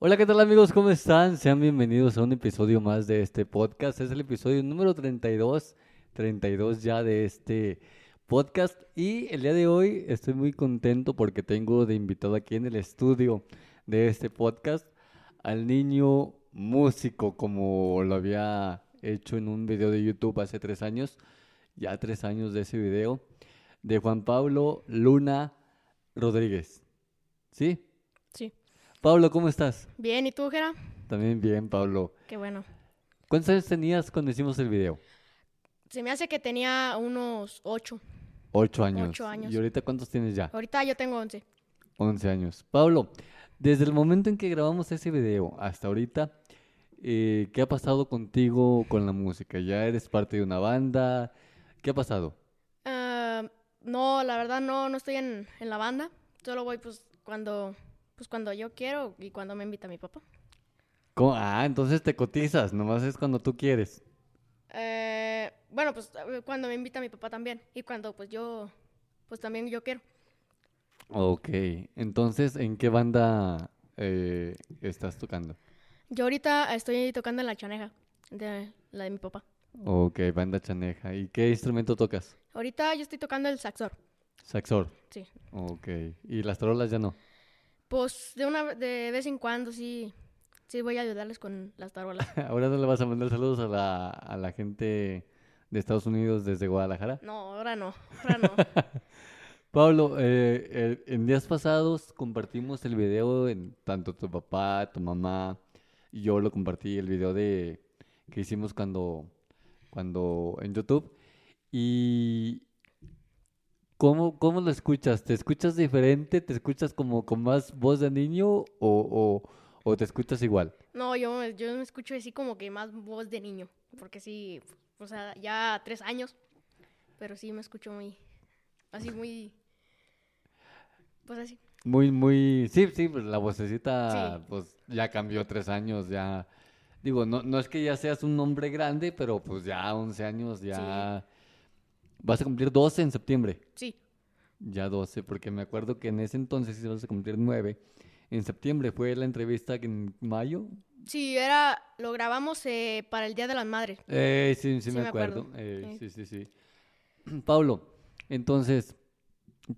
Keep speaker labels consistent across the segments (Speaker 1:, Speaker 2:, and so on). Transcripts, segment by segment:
Speaker 1: Hola, ¿qué tal amigos? ¿Cómo están? Sean bienvenidos a un episodio más de este podcast. Es el episodio número 32, 32 ya de este podcast. Y el día de hoy estoy muy contento porque tengo de invitado aquí en el estudio de este podcast al niño músico, como lo había hecho en un video de YouTube hace tres años, ya tres años de ese video, de Juan Pablo Luna Rodríguez. ¿Sí?
Speaker 2: Sí.
Speaker 1: Pablo, ¿cómo estás?
Speaker 2: Bien, ¿y tú, Jera?
Speaker 1: También bien, Pablo.
Speaker 2: Qué bueno.
Speaker 1: ¿Cuántos años tenías cuando hicimos el video?
Speaker 2: Se me hace que tenía unos ocho.
Speaker 1: Ocho años.
Speaker 2: Ocho años.
Speaker 1: ¿Y ahorita cuántos tienes ya?
Speaker 2: Ahorita yo tengo once.
Speaker 1: Once años. Pablo, desde el momento en que grabamos ese video hasta ahorita, eh, ¿qué ha pasado contigo con la música? ¿Ya eres parte de una banda? ¿Qué ha pasado?
Speaker 2: Ah, no, la verdad no, no estoy en, en la banda. Solo voy pues cuando, pues cuando yo quiero y cuando me invita mi papá.
Speaker 1: ¿Cómo? Ah, entonces te cotizas, nomás es cuando tú quieres.
Speaker 2: Eh, bueno, pues eh, cuando me invita mi papá también. Y cuando pues yo, pues también yo quiero.
Speaker 1: Ok, entonces, ¿en qué banda eh, estás tocando?
Speaker 2: Yo ahorita estoy tocando en la chaneja, de la de mi papá.
Speaker 1: Ok, banda chaneja. ¿Y qué instrumento tocas?
Speaker 2: Ahorita yo estoy tocando el saxor.
Speaker 1: Saxor.
Speaker 2: Sí.
Speaker 1: Ok, ¿y las tarolas ya no?
Speaker 2: Pues de una de vez en cuando sí, sí voy a ayudarles con las tarolas.
Speaker 1: Ahora no le vas a mandar saludos a la, a la gente de Estados Unidos desde Guadalajara.
Speaker 2: No, ahora no, ahora no.
Speaker 1: Pablo, eh, eh, en días pasados compartimos el video en tanto tu papá, tu mamá y yo lo compartí el video de que hicimos cuando cuando en YouTube y ¿Cómo, cómo lo escuchas? ¿Te escuchas diferente? ¿Te escuchas como con más voz de niño o, o, o te escuchas igual?
Speaker 2: No, yo, me- yo me escucho así como que más voz de niño, porque sí, o sea, ya tres años, pero sí me escucho muy, así muy, pues así.
Speaker 1: Muy, muy, sí, sí, pues la vocecita
Speaker 2: Sí.
Speaker 1: pues ya cambió tres años, ya, digo, no, no es que ya seas un hombre grande, pero pues ya 11 años, ya vas a cumplir 12 en septiembre,
Speaker 2: Sí,
Speaker 1: ya 12, porque me acuerdo que en ese entonces ibas a cumplir 9, en septiembre fue la entrevista que en mayo,
Speaker 2: sí, era, lo grabamos eh, para el Día de las Madres.
Speaker 1: Eh, sí, sí,
Speaker 2: Sí,
Speaker 1: me
Speaker 2: me acuerdo.
Speaker 1: acuerdo. Eh, sí,
Speaker 2: Sí.
Speaker 1: sí, sí. Pablo, entonces,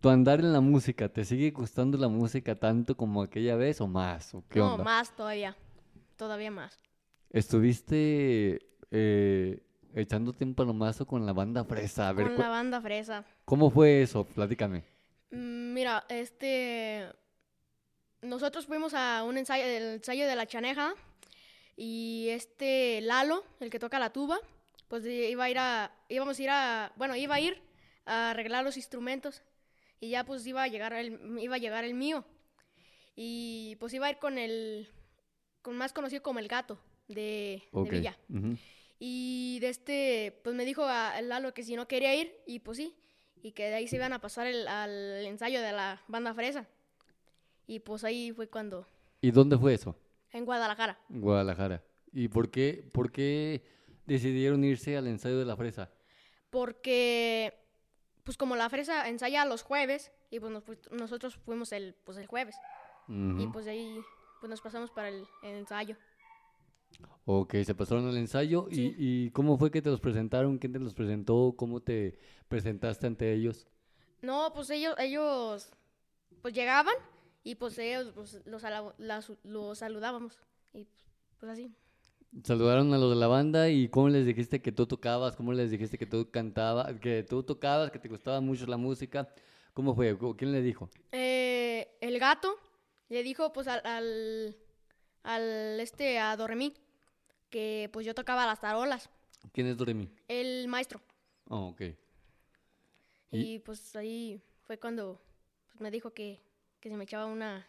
Speaker 1: ¿tu andar en la música, te sigue gustando la música tanto como aquella vez o más? ¿O qué
Speaker 2: no,
Speaker 1: onda?
Speaker 2: más todavía, todavía más.
Speaker 1: Estuviste eh, echándote un palomazo con la banda fresa. A ver,
Speaker 2: con
Speaker 1: cu-
Speaker 2: la banda fresa.
Speaker 1: ¿cómo fue eso? Platícame.
Speaker 2: Mm, Mira, este. Nosotros fuimos a un ensayo, el ensayo de la chaneja. Y este Lalo, el que toca la tuba, pues i- iba a ir a. Íbamos a ir a. Bueno, iba a ir a arreglar los instrumentos. Y ya pues iba a llegar el, iba a llegar el mío. Y pues iba a ir con el. Con más conocido como el gato de, de
Speaker 1: Ok.
Speaker 2: Villa.
Speaker 1: ujú.
Speaker 2: Y de este, pues me dijo a a Lalo que si no quería ir, y pues sí, y que de ahí se iban a pasar el- al ensayo de la banda fresa. Y pues ahí fue cuando,
Speaker 1: ¿Y dónde fue eso?
Speaker 2: en Guadalajara.
Speaker 1: En Guadalajara. ¿Y por qué, por qué decidieron irse al ensayo de la fresa?
Speaker 2: Porque, pues como la fresa ensaya los jueves, y pues nos fu- nosotros fuimos el, pues el jueves. Y
Speaker 1: Ujú.
Speaker 2: pues de ahí, pues nos pasamos para el, el ensayo.
Speaker 1: Ok, se pasaron al ensayo. ¿Y,
Speaker 2: Sí.
Speaker 1: y cómo fue que te los presentaron? ¿Quién te los presentó? ¿Cómo te presentaste ante ellos?
Speaker 2: No, pues ellos, ellos, pues llegaban, y pues ellos, pues los, ala- las- los saludábamos. Y pues, pues así.
Speaker 1: ¿Saludaron a los de la banda y cómo les dijiste que tú tocabas? ¿Cómo les dijiste que tú cantabas? Que tú tocabas, que te gustaba mucho la música. ¿Cómo fue? ¿Cu- ¿Quién le dijo?
Speaker 2: Eh, el gato le dijo pues al, al, al, este a Dormí que pues yo tocaba las tarolas,
Speaker 1: ¿Quién es Doremi?
Speaker 2: el maestro.
Speaker 1: Oh, ok.
Speaker 2: Y, pues ahí fue cuando pues, me dijo que, que se me echaba una,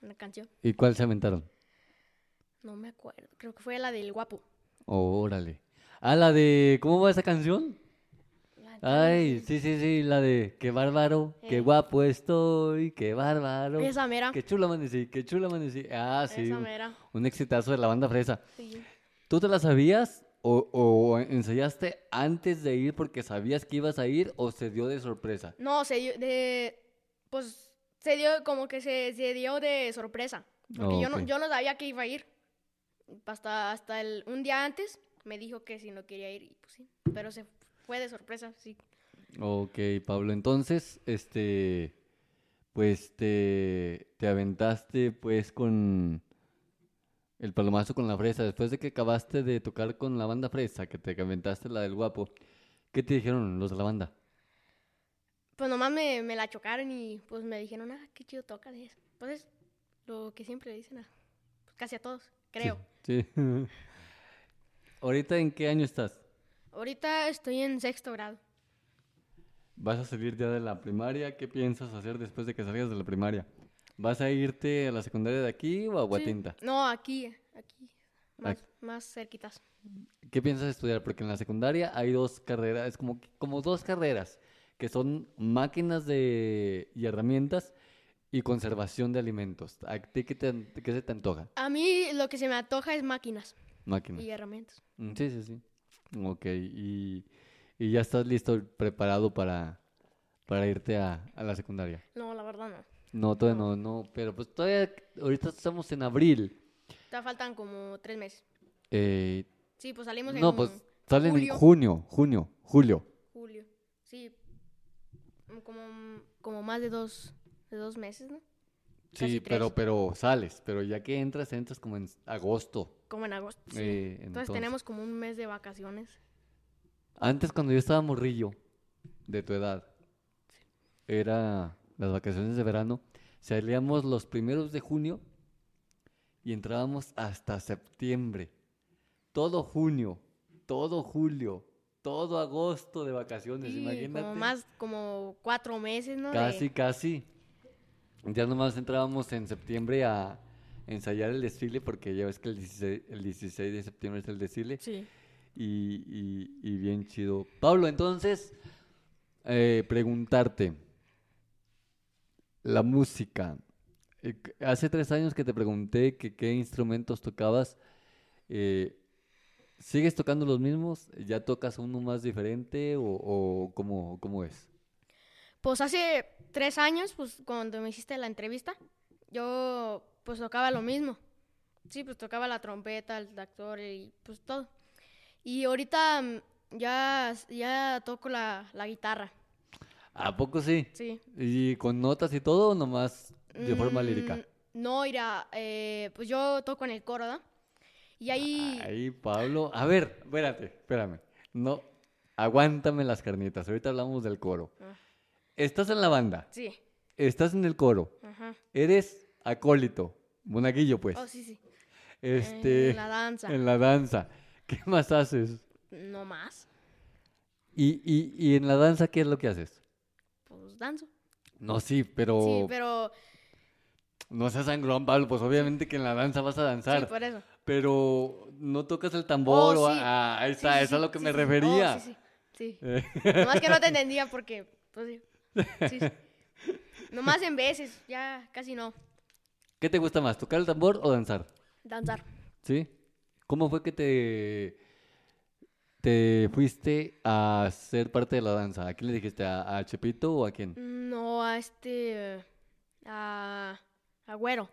Speaker 2: una canción.
Speaker 1: ¿Y cuál se aventaron?
Speaker 2: No me acuerdo, creo que fue la del guapo.
Speaker 1: Órale. Ah, la de. ¿Cómo va esa canción?
Speaker 2: La
Speaker 1: Ay, sí, sí, sí, la de. Qué bárbaro, qué
Speaker 2: Eh.
Speaker 1: guapo estoy, qué bárbaro.
Speaker 2: Esa mera.
Speaker 1: Qué chula amanecí, qué chula amanecí. Ah, sí.
Speaker 2: Esa
Speaker 1: un-
Speaker 2: mera.
Speaker 1: Un exitazo de la banda fresa.
Speaker 2: Sí.
Speaker 1: ¿Tú te la sabías o, o ensayaste antes de ir porque sabías que ibas a ir o se dio de sorpresa?
Speaker 2: No, se dio de. Pues se dio como que se, se dio de sorpresa. Porque yo, no,
Speaker 1: Ok.
Speaker 2: yo no sabía que iba a ir. Hasta, hasta el, un día antes me dijo que si no quería ir, y pues sí. Pero se fue de sorpresa, sí.
Speaker 1: Ok, Pablo, entonces, este, pues te, te aventaste pues con el palomazo con la fresa, después de que acabaste de tocar con la banda fresa, que te aventaste la del guapo, ¿qué te dijeron los de la banda?
Speaker 2: Pues nomás me, me la chocaron y pues me dijeron, ah, qué chido tocas. y eso. Pues es lo que siempre le dicen a pues, casi a todos, creo.
Speaker 1: Sí. ¿Ahorita en qué año estás?
Speaker 2: Ahorita estoy en sexto grado.
Speaker 1: ¿Vas a salir ya de la primaria? ¿Qué piensas hacer después de que salgas de la primaria? ¿Vas a irte a la secundaria de aquí o a
Speaker 2: Sí.
Speaker 1: Guatinta?
Speaker 2: No, aquí, aquí. Más,
Speaker 1: Aquí.
Speaker 2: más cerquitas.
Speaker 1: ¿Qué piensas estudiar? Porque en la secundaria hay dos carreras, es como, como dos carreras, que son máquinas de, y herramientas y conservación de alimentos. ¿A ti qué, te an- qué se te antoja?
Speaker 2: A mí lo que se me antoja es máquinas
Speaker 1: Máquinas.
Speaker 2: y herramientas.
Speaker 1: Mm, Sí, sí, sí. Ok, y, y ya estás listo, preparado para, para irte a, a la secundaria.
Speaker 2: No, la verdad no.
Speaker 1: No, todavía no, no, pero pues todavía, ahorita estamos en abril.
Speaker 2: Te faltan como tres meses.
Speaker 1: Eh,
Speaker 2: Sí, pues salimos en
Speaker 1: no, pues salen
Speaker 2: julio.
Speaker 1: en junio, junio, julio.
Speaker 2: julio. Sí, mm, como, como más de dos, de dos meses, ¿no? Casi
Speaker 1: Sí, pero,
Speaker 2: tres.
Speaker 1: pero sales, pero ya que entras, entras como en s- agosto.
Speaker 2: Como en agosto. sí.
Speaker 1: eh,
Speaker 2: Entonces tenemos como un mes de vacaciones.
Speaker 1: Antes cuando yo estaba morrillo, de tu edad, era las vacaciones de verano, salíamos los primeros de junio y entrábamos hasta septiembre. Todo junio, todo julio, todo agosto de vacaciones,
Speaker 2: Sí,
Speaker 1: Pues imagínate.
Speaker 2: como más, como cuatro meses, ¿no? De-
Speaker 1: Casi, casi. Ya nomás entrábamos en septiembre a ensayar el desfile, porque ya ves que el 16, el 16 de septiembre es el desfile.
Speaker 2: Sí.
Speaker 1: Y, y- y bien chido. Pablo, entonces, eh, preguntarte, la música. Eh, c- Hace tres años que te pregunté que qué instrumentos tocabas. eh, ¿Sigues tocando los mismos? ¿Ya tocas uno más diferente o, o cómo, cómo es?
Speaker 2: Pues hace tres años, pues cuando me hiciste la entrevista, yo pues tocaba lo mismo. Sí, pues tocaba la trompeta, el tractor y pues todo. Y ahorita mm, ya, ya toco la, la guitarra,
Speaker 1: ¿A poco sí?
Speaker 2: sí.
Speaker 1: ¿Y con notas y todo o nomás de forma lírica?
Speaker 2: Mm, No, irá, eh, pues yo toco en el coro, ¿no? Y ahí...
Speaker 1: Ay, Pablo. A ver, espérate, espérame. No, aguántame las carnitas. Ahorita hablamos del coro.
Speaker 2: Ah.
Speaker 1: Estás en la banda,
Speaker 2: Sí,
Speaker 1: estás en el coro,
Speaker 2: ajá.
Speaker 1: eres acólito, monaguillo, pues.
Speaker 2: Oh, sí, sí.
Speaker 1: Este,
Speaker 2: En la danza.
Speaker 1: en la danza. ¿Qué más haces?
Speaker 2: No más,
Speaker 1: ¿Y, y, y en la danza qué es lo que haces?
Speaker 2: pues danzo.
Speaker 1: No, sí, pero,
Speaker 2: Sí, pero...
Speaker 1: no seas sangrón, Pablo. Pues obviamente que en la danza vas a danzar.
Speaker 2: Sí, por eso.
Speaker 1: Pero no tocas el tambor
Speaker 2: Oh,
Speaker 1: o
Speaker 2: sí.
Speaker 1: ah, ahí
Speaker 2: Sí,
Speaker 1: está, eso
Speaker 2: sí,
Speaker 1: es a
Speaker 2: sí,
Speaker 1: lo que
Speaker 2: sí,
Speaker 1: me
Speaker 2: sí. Oh,
Speaker 1: refería. Eh.
Speaker 2: sí, sí, sí. Nomás que no te entendía porque, pues, sí, sí. Nomás en veces, ya casi no.
Speaker 1: ¿Qué te gusta más, tocar el tambor o danzar?
Speaker 2: Danzar.
Speaker 1: ¿Sí? ¿Cómo fue que te te fuiste a ser parte de la danza? ¿A quién le dijiste? ¿A, a Chepito o a quién?
Speaker 2: No, a este, eh, a Agüero.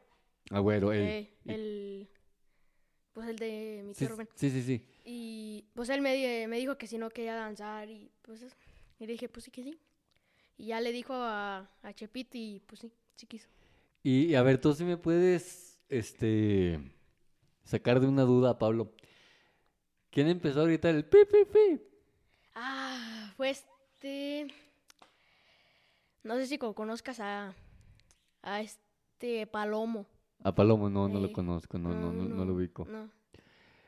Speaker 1: Agüero, él.
Speaker 2: eh, el, pues el de mi
Speaker 1: Sí,
Speaker 2: tío Rubén.
Speaker 1: sí, sí, sí.
Speaker 2: Y pues él me, di- me dijo que si no quería danzar y pues eso. Y le dije, pues sí que sí. Y ya le dijo a, a Chepito y pues sí, sí quiso.
Speaker 1: Y, y a ver, tú si me puedes este sacar de una duda, Pablo. ¿Quién empezó a gritar el pi pi pi?
Speaker 2: Ah, fue este. No sé si co- conozcas a. A este Palomo.
Speaker 1: A Palomo no, no lo
Speaker 2: Eh, mm,
Speaker 1: conozco, no, no, no, no lo ubico.
Speaker 2: No.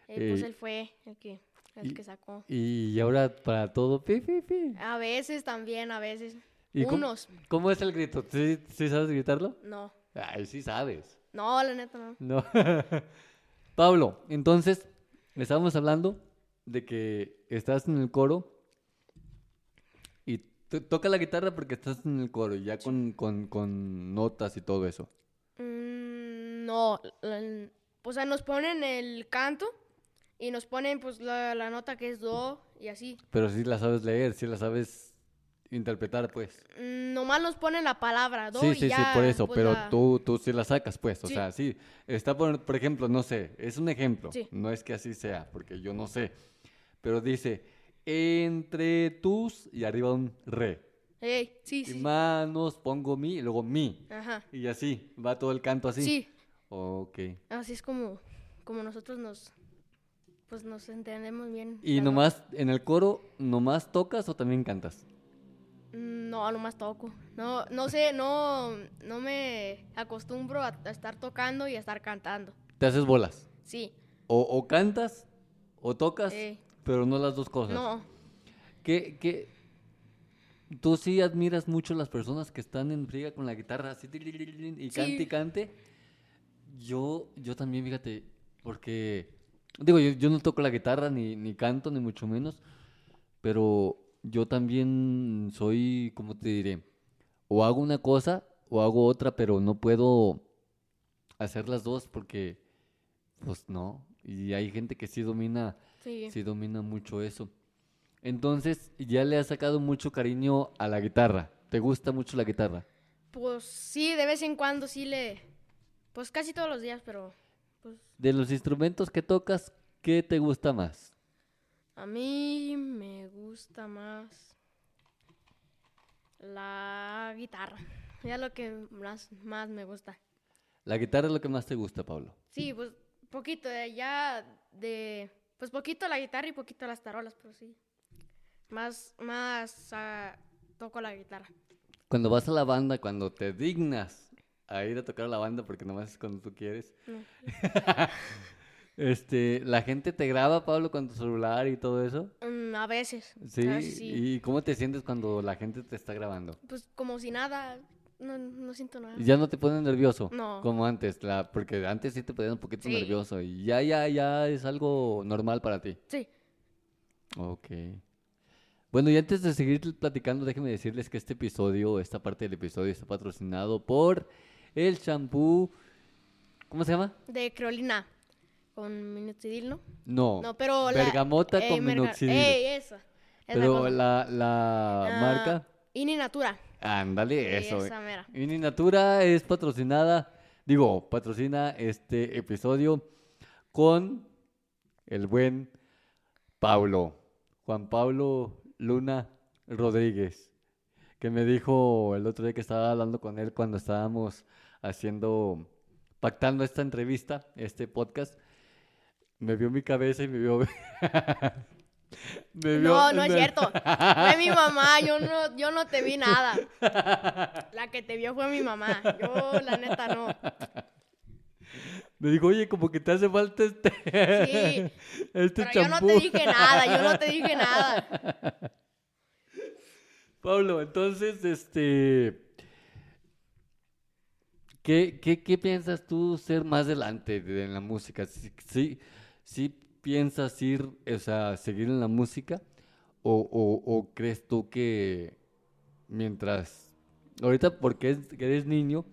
Speaker 2: Eh, pues
Speaker 1: Eh,
Speaker 2: él fue el que,
Speaker 1: y-
Speaker 2: el que sacó.
Speaker 1: Y ahora para todo, pi, pi, pi.
Speaker 2: A veces también, a veces.
Speaker 1: ¿Y cómo-
Speaker 2: Unos.
Speaker 1: Cómo, es el grito? ¿Sí, sí sabes gritarlo?
Speaker 2: No.
Speaker 1: Ay, sí sabes.
Speaker 2: No, la neta no.
Speaker 1: No. Pablo, entonces, Estábamos hablando de que estás en el coro y to- toca la guitarra porque estás en el coro, ya con, con, con notas y todo eso.
Speaker 2: Mm, no, la- o sea, nos ponen el canto y nos ponen pues la, la nota que es do y así.
Speaker 1: Pero sí la sabes leer, sí la sabes interpretar, pues.
Speaker 2: Mm, Nomás nos ponen la palabra do
Speaker 1: Sí,
Speaker 2: y
Speaker 1: sí, sí,
Speaker 2: ya,
Speaker 1: por eso,
Speaker 2: pues,
Speaker 1: pero
Speaker 2: la-
Speaker 1: tú, tú sí la sacas, pues, o
Speaker 2: Sí.
Speaker 1: sea, sí, está por, por ejemplo, no sé, es un ejemplo,
Speaker 2: Sí.
Speaker 1: no es que así sea, porque yo no sé, pero dice, entre tus, y arriba un re,
Speaker 2: Ey, sí,
Speaker 1: y
Speaker 2: sí.
Speaker 1: manos, pongo mi, y luego mi,
Speaker 2: Ajá.
Speaker 1: y así, va todo el canto así.
Speaker 2: Sí.
Speaker 1: Ok,
Speaker 2: así es como, como nosotros nos pues nos entendemos bien.
Speaker 1: y
Speaker 2: las
Speaker 1: nomás, en el coro, nomás tocas o también cantas,
Speaker 2: Mm, No, lo más toco. No, no sé, no, no me acostumbro a, a estar tocando y a estar cantando.
Speaker 1: te haces bolas,
Speaker 2: Sí.
Speaker 1: o, o cantas, o tocas,
Speaker 2: Ey.
Speaker 1: pero no las dos cosas.
Speaker 2: Eh. No.
Speaker 1: ¿Qué, qué? ¿Tú sí admiras mucho las personas que están en friega con la guitarra así tiri, tiri, tiri, y cante y
Speaker 2: Sí.
Speaker 1: cante? Yo, yo también, fíjate, porque digo, yo, yo no toco la guitarra ni, ni canto, ni mucho menos, pero yo también soy, ¿cómo te diré? O hago una cosa o hago otra, pero no puedo hacer las dos porque, pues no. Y hay gente que sí domina
Speaker 2: Sí.
Speaker 1: Sí, domina mucho eso. Entonces, ya le has sacado mucho cariño a la guitarra. ¿Te gusta mucho la guitarra?
Speaker 2: Pues sí, de vez en cuando sí le. Pues casi todos los días, pero. Pues
Speaker 1: De los instrumentos que tocas, ¿qué te gusta más?
Speaker 2: a mí me gusta más. La guitarra. Es lo que más, más me gusta.
Speaker 1: La guitarra es lo que más te gusta, Pablo.
Speaker 2: Sí, pues poquito, eh, ya de. Pues poquito la guitarra y poquito las tarolas, pero sí. Más, más ah, toco la guitarra.
Speaker 1: Cuando vas a la banda, cuando te dignas a ir a tocar a la banda, porque nomás es cuando tú quieres,
Speaker 2: No.
Speaker 1: este, la gente te graba, Pablo, con tu celular y todo eso.
Speaker 2: Mm, a veces.
Speaker 1: Sí,
Speaker 2: casi sí.
Speaker 1: ¿y cómo te sientes cuando la gente te está grabando?
Speaker 2: Pues como si nada. No, no siento nada.
Speaker 1: Ya no te pones nervioso
Speaker 2: No.
Speaker 1: como antes, la, porque antes sí te ponías un poquito
Speaker 2: Sí.
Speaker 1: nervioso y ya, ya, ya es algo normal para ti.
Speaker 2: Sí.
Speaker 1: Ok. Bueno, y antes de seguir platicando, déjenme decirles que este episodio, esta parte del episodio está patrocinado por el champú, ¿cómo se llama?
Speaker 2: De creolina. Con minoxidil, ¿no?
Speaker 1: No,
Speaker 2: No, pero la.
Speaker 1: Oh, bergamota
Speaker 2: Ey,
Speaker 1: con
Speaker 2: merga-
Speaker 1: minoxidil.
Speaker 2: Ey, esa. es
Speaker 1: pero
Speaker 2: cosa.
Speaker 1: la, la
Speaker 2: Ah,
Speaker 1: marca,
Speaker 2: Ini Natura.
Speaker 1: ándale, eso. eh.
Speaker 2: Esa mera.
Speaker 1: Mini Natura es patrocinada, digo, patrocina este episodio con el buen Pablo, Juan Pablo Luna Rodríguez, que me dijo el otro día que estaba hablando con él cuando estábamos haciendo, pactando esta entrevista, este podcast, me vio mi cabeza y me vio... me
Speaker 2: No, no es
Speaker 1: me-
Speaker 2: cierto. Fue mi mamá, yo no, yo no te vi nada. La que te vio fue mi mamá. Yo, la neta, no.
Speaker 1: Me dijo, oye, como que te hace falta este...
Speaker 2: Sí,
Speaker 1: este
Speaker 2: pero yo no te
Speaker 1: champú".
Speaker 2: dije nada, yo no te dije nada.
Speaker 1: Pablo, entonces, este. ¿Qué, qué, qué piensas tú ser más adelante de- en la música? ¿Sí, sí, sí piensas ir, o sea, seguir en la música? ¿O, o- o crees tú que mientras. Ahorita, porque es- que eres niño,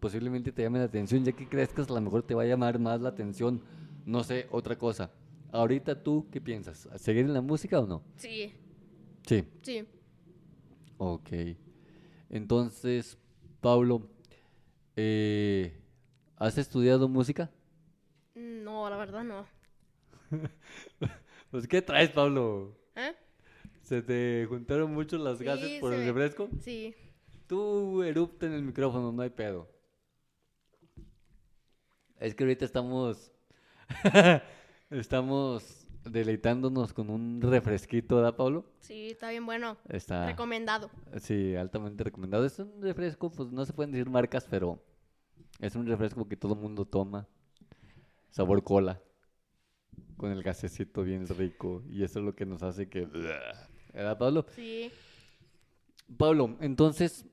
Speaker 1: posiblemente te llame la atención. Ya que crezcas, a lo mejor te va a llamar más la atención, no sé, otra cosa. Ahorita tú, ¿qué piensas? ¿Seguir en la música o no?
Speaker 2: Sí,
Speaker 1: Sí.
Speaker 2: sí.
Speaker 1: Ok. Entonces, Pablo, eh, ¿has estudiado música?
Speaker 2: No, la verdad no.
Speaker 1: Pues, ¿qué traes, Pablo?
Speaker 2: ¿Eh?
Speaker 1: ¿Se te juntaron mucho las gases
Speaker 2: Sí,
Speaker 1: por
Speaker 2: se
Speaker 1: el
Speaker 2: me-
Speaker 1: refresco?
Speaker 2: Sí.
Speaker 1: Tú erupta en el micrófono, no hay pedo. Es que ahorita estamos. estamos deleitándonos con un refresquito, ¿da, Pablo?
Speaker 2: Sí, está bien bueno.
Speaker 1: Está.
Speaker 2: Recomendado.
Speaker 1: Sí, altamente recomendado. Es un refresco, pues no se pueden decir marcas, pero es un refresco que todo el mundo toma. Sabor cola. Con el gasecito bien rico. Y eso es lo que nos hace que... ¿Verdad, Pablo?
Speaker 2: Sí.
Speaker 1: Pablo, entonces,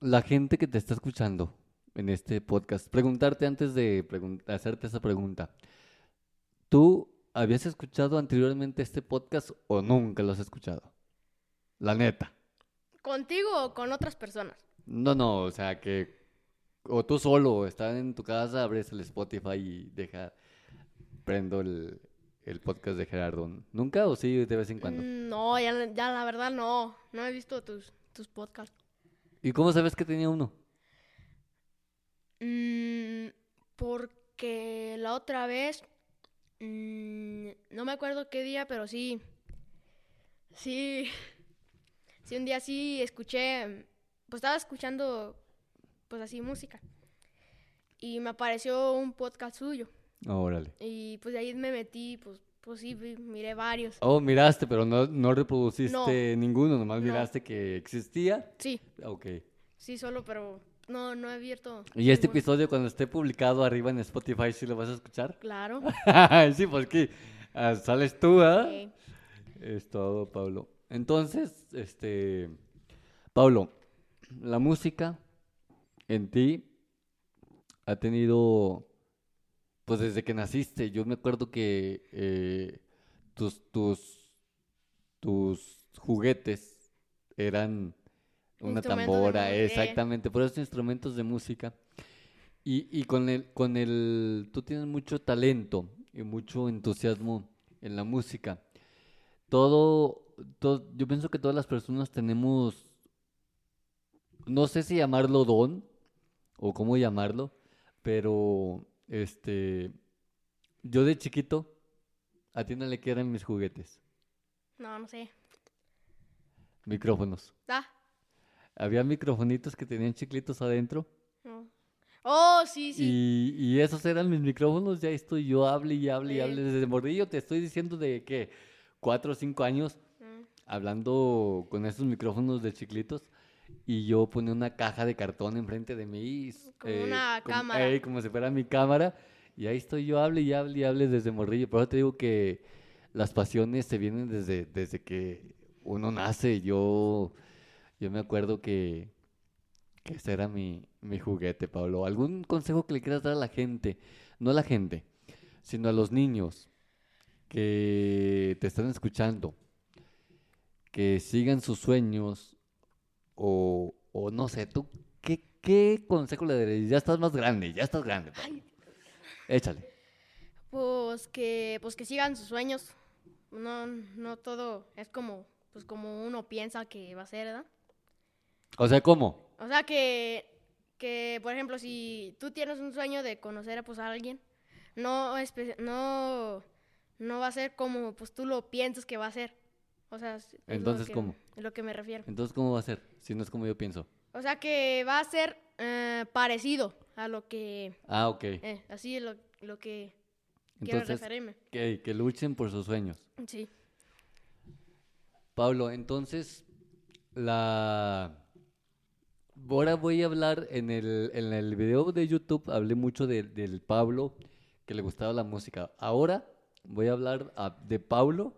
Speaker 1: la gente que te está escuchando en este podcast, preguntarte antes de pregun- hacerte esa pregunta. ¿Tú ¿habías escuchado anteriormente este podcast o nunca lo has escuchado? La neta.
Speaker 2: ¿Contigo o con otras personas?
Speaker 1: No, no, o sea que o tú solo, estás en tu casa, abres el Spotify y deja prendo el, el podcast de Gerardo. ¿Nunca o sí de vez en cuando?
Speaker 2: Mm, No, ya, ya la verdad no. No he visto tus, tus podcasts.
Speaker 1: ¿Y cómo sabes que tenía uno?
Speaker 2: Mm, porque la otra vez, mm, no me acuerdo qué día, pero sí, sí, sí, un día sí escuché, pues estaba escuchando, pues así, música. Y me apareció un podcast suyo.
Speaker 1: Órale.
Speaker 2: Y pues de ahí me metí, pues, pues sí, vi- miré varios.
Speaker 1: Oh, miraste, pero no, no reproduciste ninguno, nomás
Speaker 2: No.
Speaker 1: miraste que existía. Ah,
Speaker 2: Sí,
Speaker 1: Ok.
Speaker 2: sí, solo, pero no, no he abierto.
Speaker 1: ¿Y este
Speaker 2: ningún-
Speaker 1: episodio cuando esté publicado arriba en Spotify, sí lo vas a escuchar?
Speaker 2: Claro.
Speaker 1: sí, porque ah, sales tú, ¿ah?
Speaker 2: eh,
Speaker 1: Es todo, Pablo. Entonces, este, Pablo, la música en ti ha tenido, pues desde que naciste, yo me acuerdo que eh, tus, tus, tus juguetes eran una
Speaker 2: Instrumentos de
Speaker 1: tambora,
Speaker 2: música.
Speaker 1: exactamente, por esos instrumentos de música. Y, y con el, con el, tú tienes mucho talento y mucho entusiasmo en la música. Todo, todo, yo pienso que todas las personas tenemos, no sé si llamarlo don o cómo llamarlo, pero este, yo de chiquito, a ti no le quedan mis juguetes,
Speaker 2: no, no sé.
Speaker 1: micrófonos.
Speaker 2: Ah,
Speaker 1: Había microfonitos que tenían chiclitos adentro.
Speaker 2: no. Oh, sí, sí.
Speaker 1: Y, y esos eran mis micrófonos, ya estoy yo, hable y hable y
Speaker 2: Eh.
Speaker 1: hable. Desde morrillo te estoy diciendo de que cuatro o cinco años
Speaker 2: Mm.
Speaker 1: hablando con esos micrófonos de chiclitos y yo ponía una caja de cartón enfrente de mí. y s- eh,
Speaker 2: Como una
Speaker 1: como-
Speaker 2: cámara.
Speaker 1: ey, como si fuera mi cámara. Y ahí estoy yo, hable y hable y hable desde morrillo. Por eso te digo que las pasiones se vienen desde, desde que uno nace. Yo, yo me acuerdo que, que ese era mi, mi juguete, Pablo. ¿Algún consejo que le quieras dar a la gente? No a la gente, sino a los niños que te están escuchando. Que sigan sus sueños o, o no sé, tú, ¿qué, qué consejo le darías? Ya estás más grande, ya estás grande. Pablo. Échale.
Speaker 2: Pues que, pues que sigan sus sueños. No, no todo es como, pues como uno piensa que va a ser, ¿verdad?
Speaker 1: O sea, ¿cómo?
Speaker 2: O sea que, que, por ejemplo, si tú tienes un sueño de conocer pues, a alguien, no, espe- no, no va a ser como pues tú lo piensas que va a ser. O sea, es- es lo
Speaker 1: Entonces,
Speaker 2: que-
Speaker 1: ¿cómo?
Speaker 2: es lo que me refiero.
Speaker 1: Entonces, ¿cómo va a ser? Si no es como yo pienso.
Speaker 2: O sea que va a ser eh, parecido a lo que,
Speaker 1: Ah, ok.
Speaker 2: eh, así es lo, lo que quiero
Speaker 1: Entonces,
Speaker 2: referirme.
Speaker 1: que, que luchen por sus sueños.
Speaker 2: Sí.
Speaker 1: Pablo, entonces, la... Ahora voy a hablar en el, en el video de YouTube, hablé mucho de- del Pablo que le gustaba la música. Ahora voy a hablar a- de Pablo,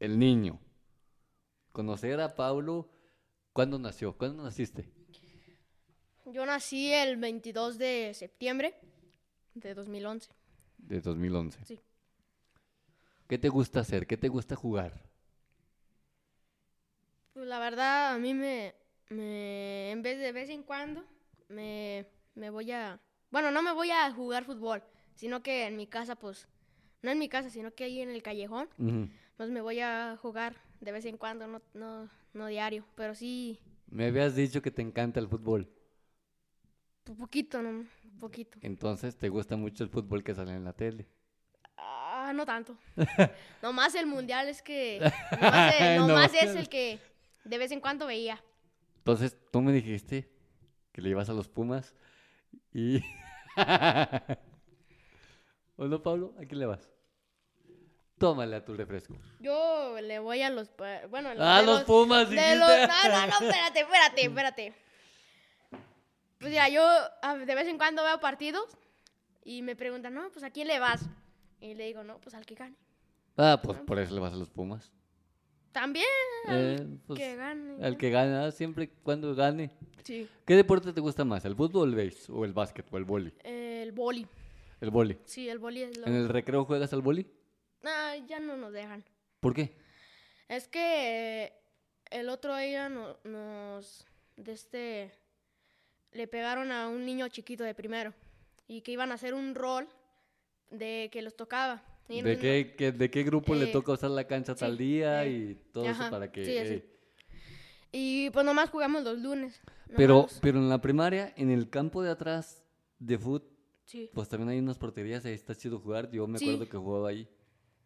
Speaker 1: el niño. Conocer a Pablo, ¿cuándo nació? ¿Cuándo naciste?
Speaker 2: Yo nací el 22 de septiembre de 2011.
Speaker 1: De 2011.
Speaker 2: Sí.
Speaker 1: ¿Qué te gusta hacer? ¿Qué te gusta jugar?
Speaker 2: Pues la verdad, a mí me, me en vez de vez en cuando, me, me voy a... Bueno, no me voy a jugar fútbol, sino que en mi casa, pues, no en mi casa, sino que ahí en el callejón,
Speaker 1: Ujú.
Speaker 2: pues me voy a jugar de vez en cuando, no, no, no diario, pero sí,
Speaker 1: Me habías dicho que te encanta el fútbol.
Speaker 2: po- poquito, no, poquito.
Speaker 1: Entonces, ¿te gusta mucho el fútbol que sale en la tele?
Speaker 2: Ah, no tanto. nomás el mundial es que... Nomás, el- nomás es el que de vez en cuando veía.
Speaker 1: Entonces, tú me dijiste que le ibas a los Pumas y... ¿O no, Pablo? ¿A quién le vas? Tómale a tu refresco.
Speaker 2: Yo le voy a los... pa- Bueno,
Speaker 1: ¡Ah,
Speaker 2: de
Speaker 1: los Pumas!
Speaker 2: De
Speaker 1: dijiste!
Speaker 2: los... No, no, no, espérate, espérate, espérate. Pues mira, yo ah, de vez en cuando veo partidos y me preguntan, no, pues ¿a quién le vas? Y le digo, no, pues al que gane.
Speaker 1: Ah, pues por eso le vas a los Pumas.
Speaker 2: También al
Speaker 1: Eh, pues,
Speaker 2: que gane.
Speaker 1: al que gana, siempre y cuando gane.
Speaker 2: Sí,
Speaker 1: ¿Qué deporte te gusta más? ¿El fútbol o el base? ¿O el básquet? ¿O el vóley?
Speaker 2: el boli.
Speaker 1: El vóley.
Speaker 2: Sí, el boli es lo...
Speaker 1: Eh. ¿En el recreo juegas al vóley?
Speaker 2: Ah, ya no nos dejan.
Speaker 1: ¿Por qué?
Speaker 2: Es que eh, el otro día no- nos de este le pegaron a un niño chiquito de primero y que iban a hacer un rol de que los tocaba. Y
Speaker 1: ¿De
Speaker 2: no-
Speaker 1: qué, qué- de qué grupo le
Speaker 2: eh,
Speaker 1: toca usar la cancha tal
Speaker 2: sí,
Speaker 1: día
Speaker 2: eh,
Speaker 1: y todo eso
Speaker 2: ajá,
Speaker 1: para que...
Speaker 2: sí, así.
Speaker 1: eh,
Speaker 2: Y pues nomás jugamos los lunes.
Speaker 1: Pero,
Speaker 2: nomás.
Speaker 1: pero en la primaria, en el campo de atrás de fútbol,
Speaker 2: sí,
Speaker 1: pues también hay unas porterías, ahí está chido jugar. Yo me
Speaker 2: Sí.
Speaker 1: acuerdo que jugaba ahí.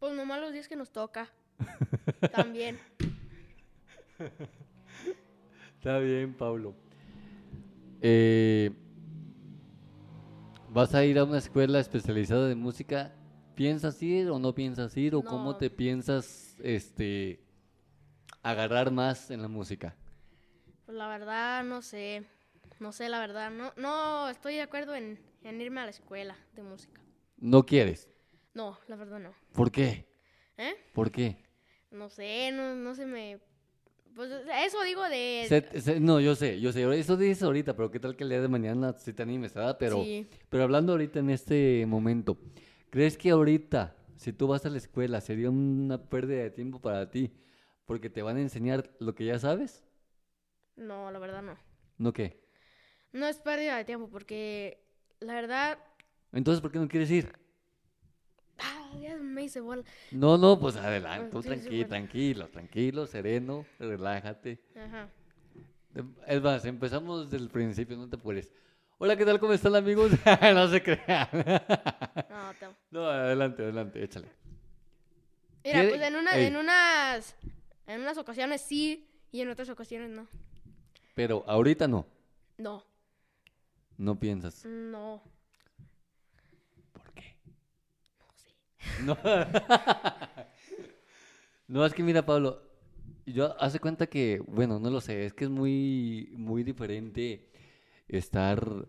Speaker 2: Pues nomás los días que nos toca. También.
Speaker 1: Está bien, Pablo. Eh, ¿Vas a ir a una escuela especializada de música? ¿Piensas ir o no piensas ir? ¿O cómo
Speaker 2: No.
Speaker 1: te piensas este, agarrar más en la música?
Speaker 2: Pues la verdad, no sé. No sé, la verdad. No, no estoy de acuerdo en, en irme a la escuela de música.
Speaker 1: No quieres.
Speaker 2: No, la verdad no.
Speaker 1: ¿Por qué?
Speaker 2: ¿Eh?
Speaker 1: ¿Por qué?
Speaker 2: No sé, no, no se me... Pues eso digo de...
Speaker 1: Se- se- no, yo sé, yo sé. Eso dices ahorita, pero qué tal que el día de mañana si te animes, ¿verdad? Pero,
Speaker 2: Sí.
Speaker 1: pero hablando ahorita en este momento, ¿crees que ahorita, si tú vas a la escuela, sería una pérdida de tiempo para ti? Porque te van a enseñar lo que ya sabes,
Speaker 2: No, la verdad no.
Speaker 1: ¿no qué?
Speaker 2: No es pérdida de tiempo porque la verdad...
Speaker 1: Entonces, ¿por qué no quieres ir?
Speaker 2: Ah, ya me hice bola.
Speaker 1: No, no, pues adelante,
Speaker 2: Ah,
Speaker 1: tú
Speaker 2: sí, sí,
Speaker 1: tranquilo,
Speaker 2: bueno.
Speaker 1: tranquilo, tranquilo, sereno, relájate.
Speaker 2: Ajá.
Speaker 1: Em- Es más, empezamos desde el principio, no te apures. Hola, ¿qué tal? ¿Cómo están, amigos? no se crean.
Speaker 2: No, tam-
Speaker 1: no, adelante, adelante, échale.
Speaker 2: Mira,
Speaker 1: ¿Qué-
Speaker 2: pues en, una,
Speaker 1: ey?
Speaker 2: en unas... En unas ocasiones sí y en otras ocasiones no.
Speaker 1: Pero ahorita no,
Speaker 2: No,
Speaker 1: no piensas.
Speaker 2: no.
Speaker 1: ¿Por qué? No No, es que mira, Pablo, yo hace cuenta que, bueno, no lo sé, es que es muy, muy diferente estar,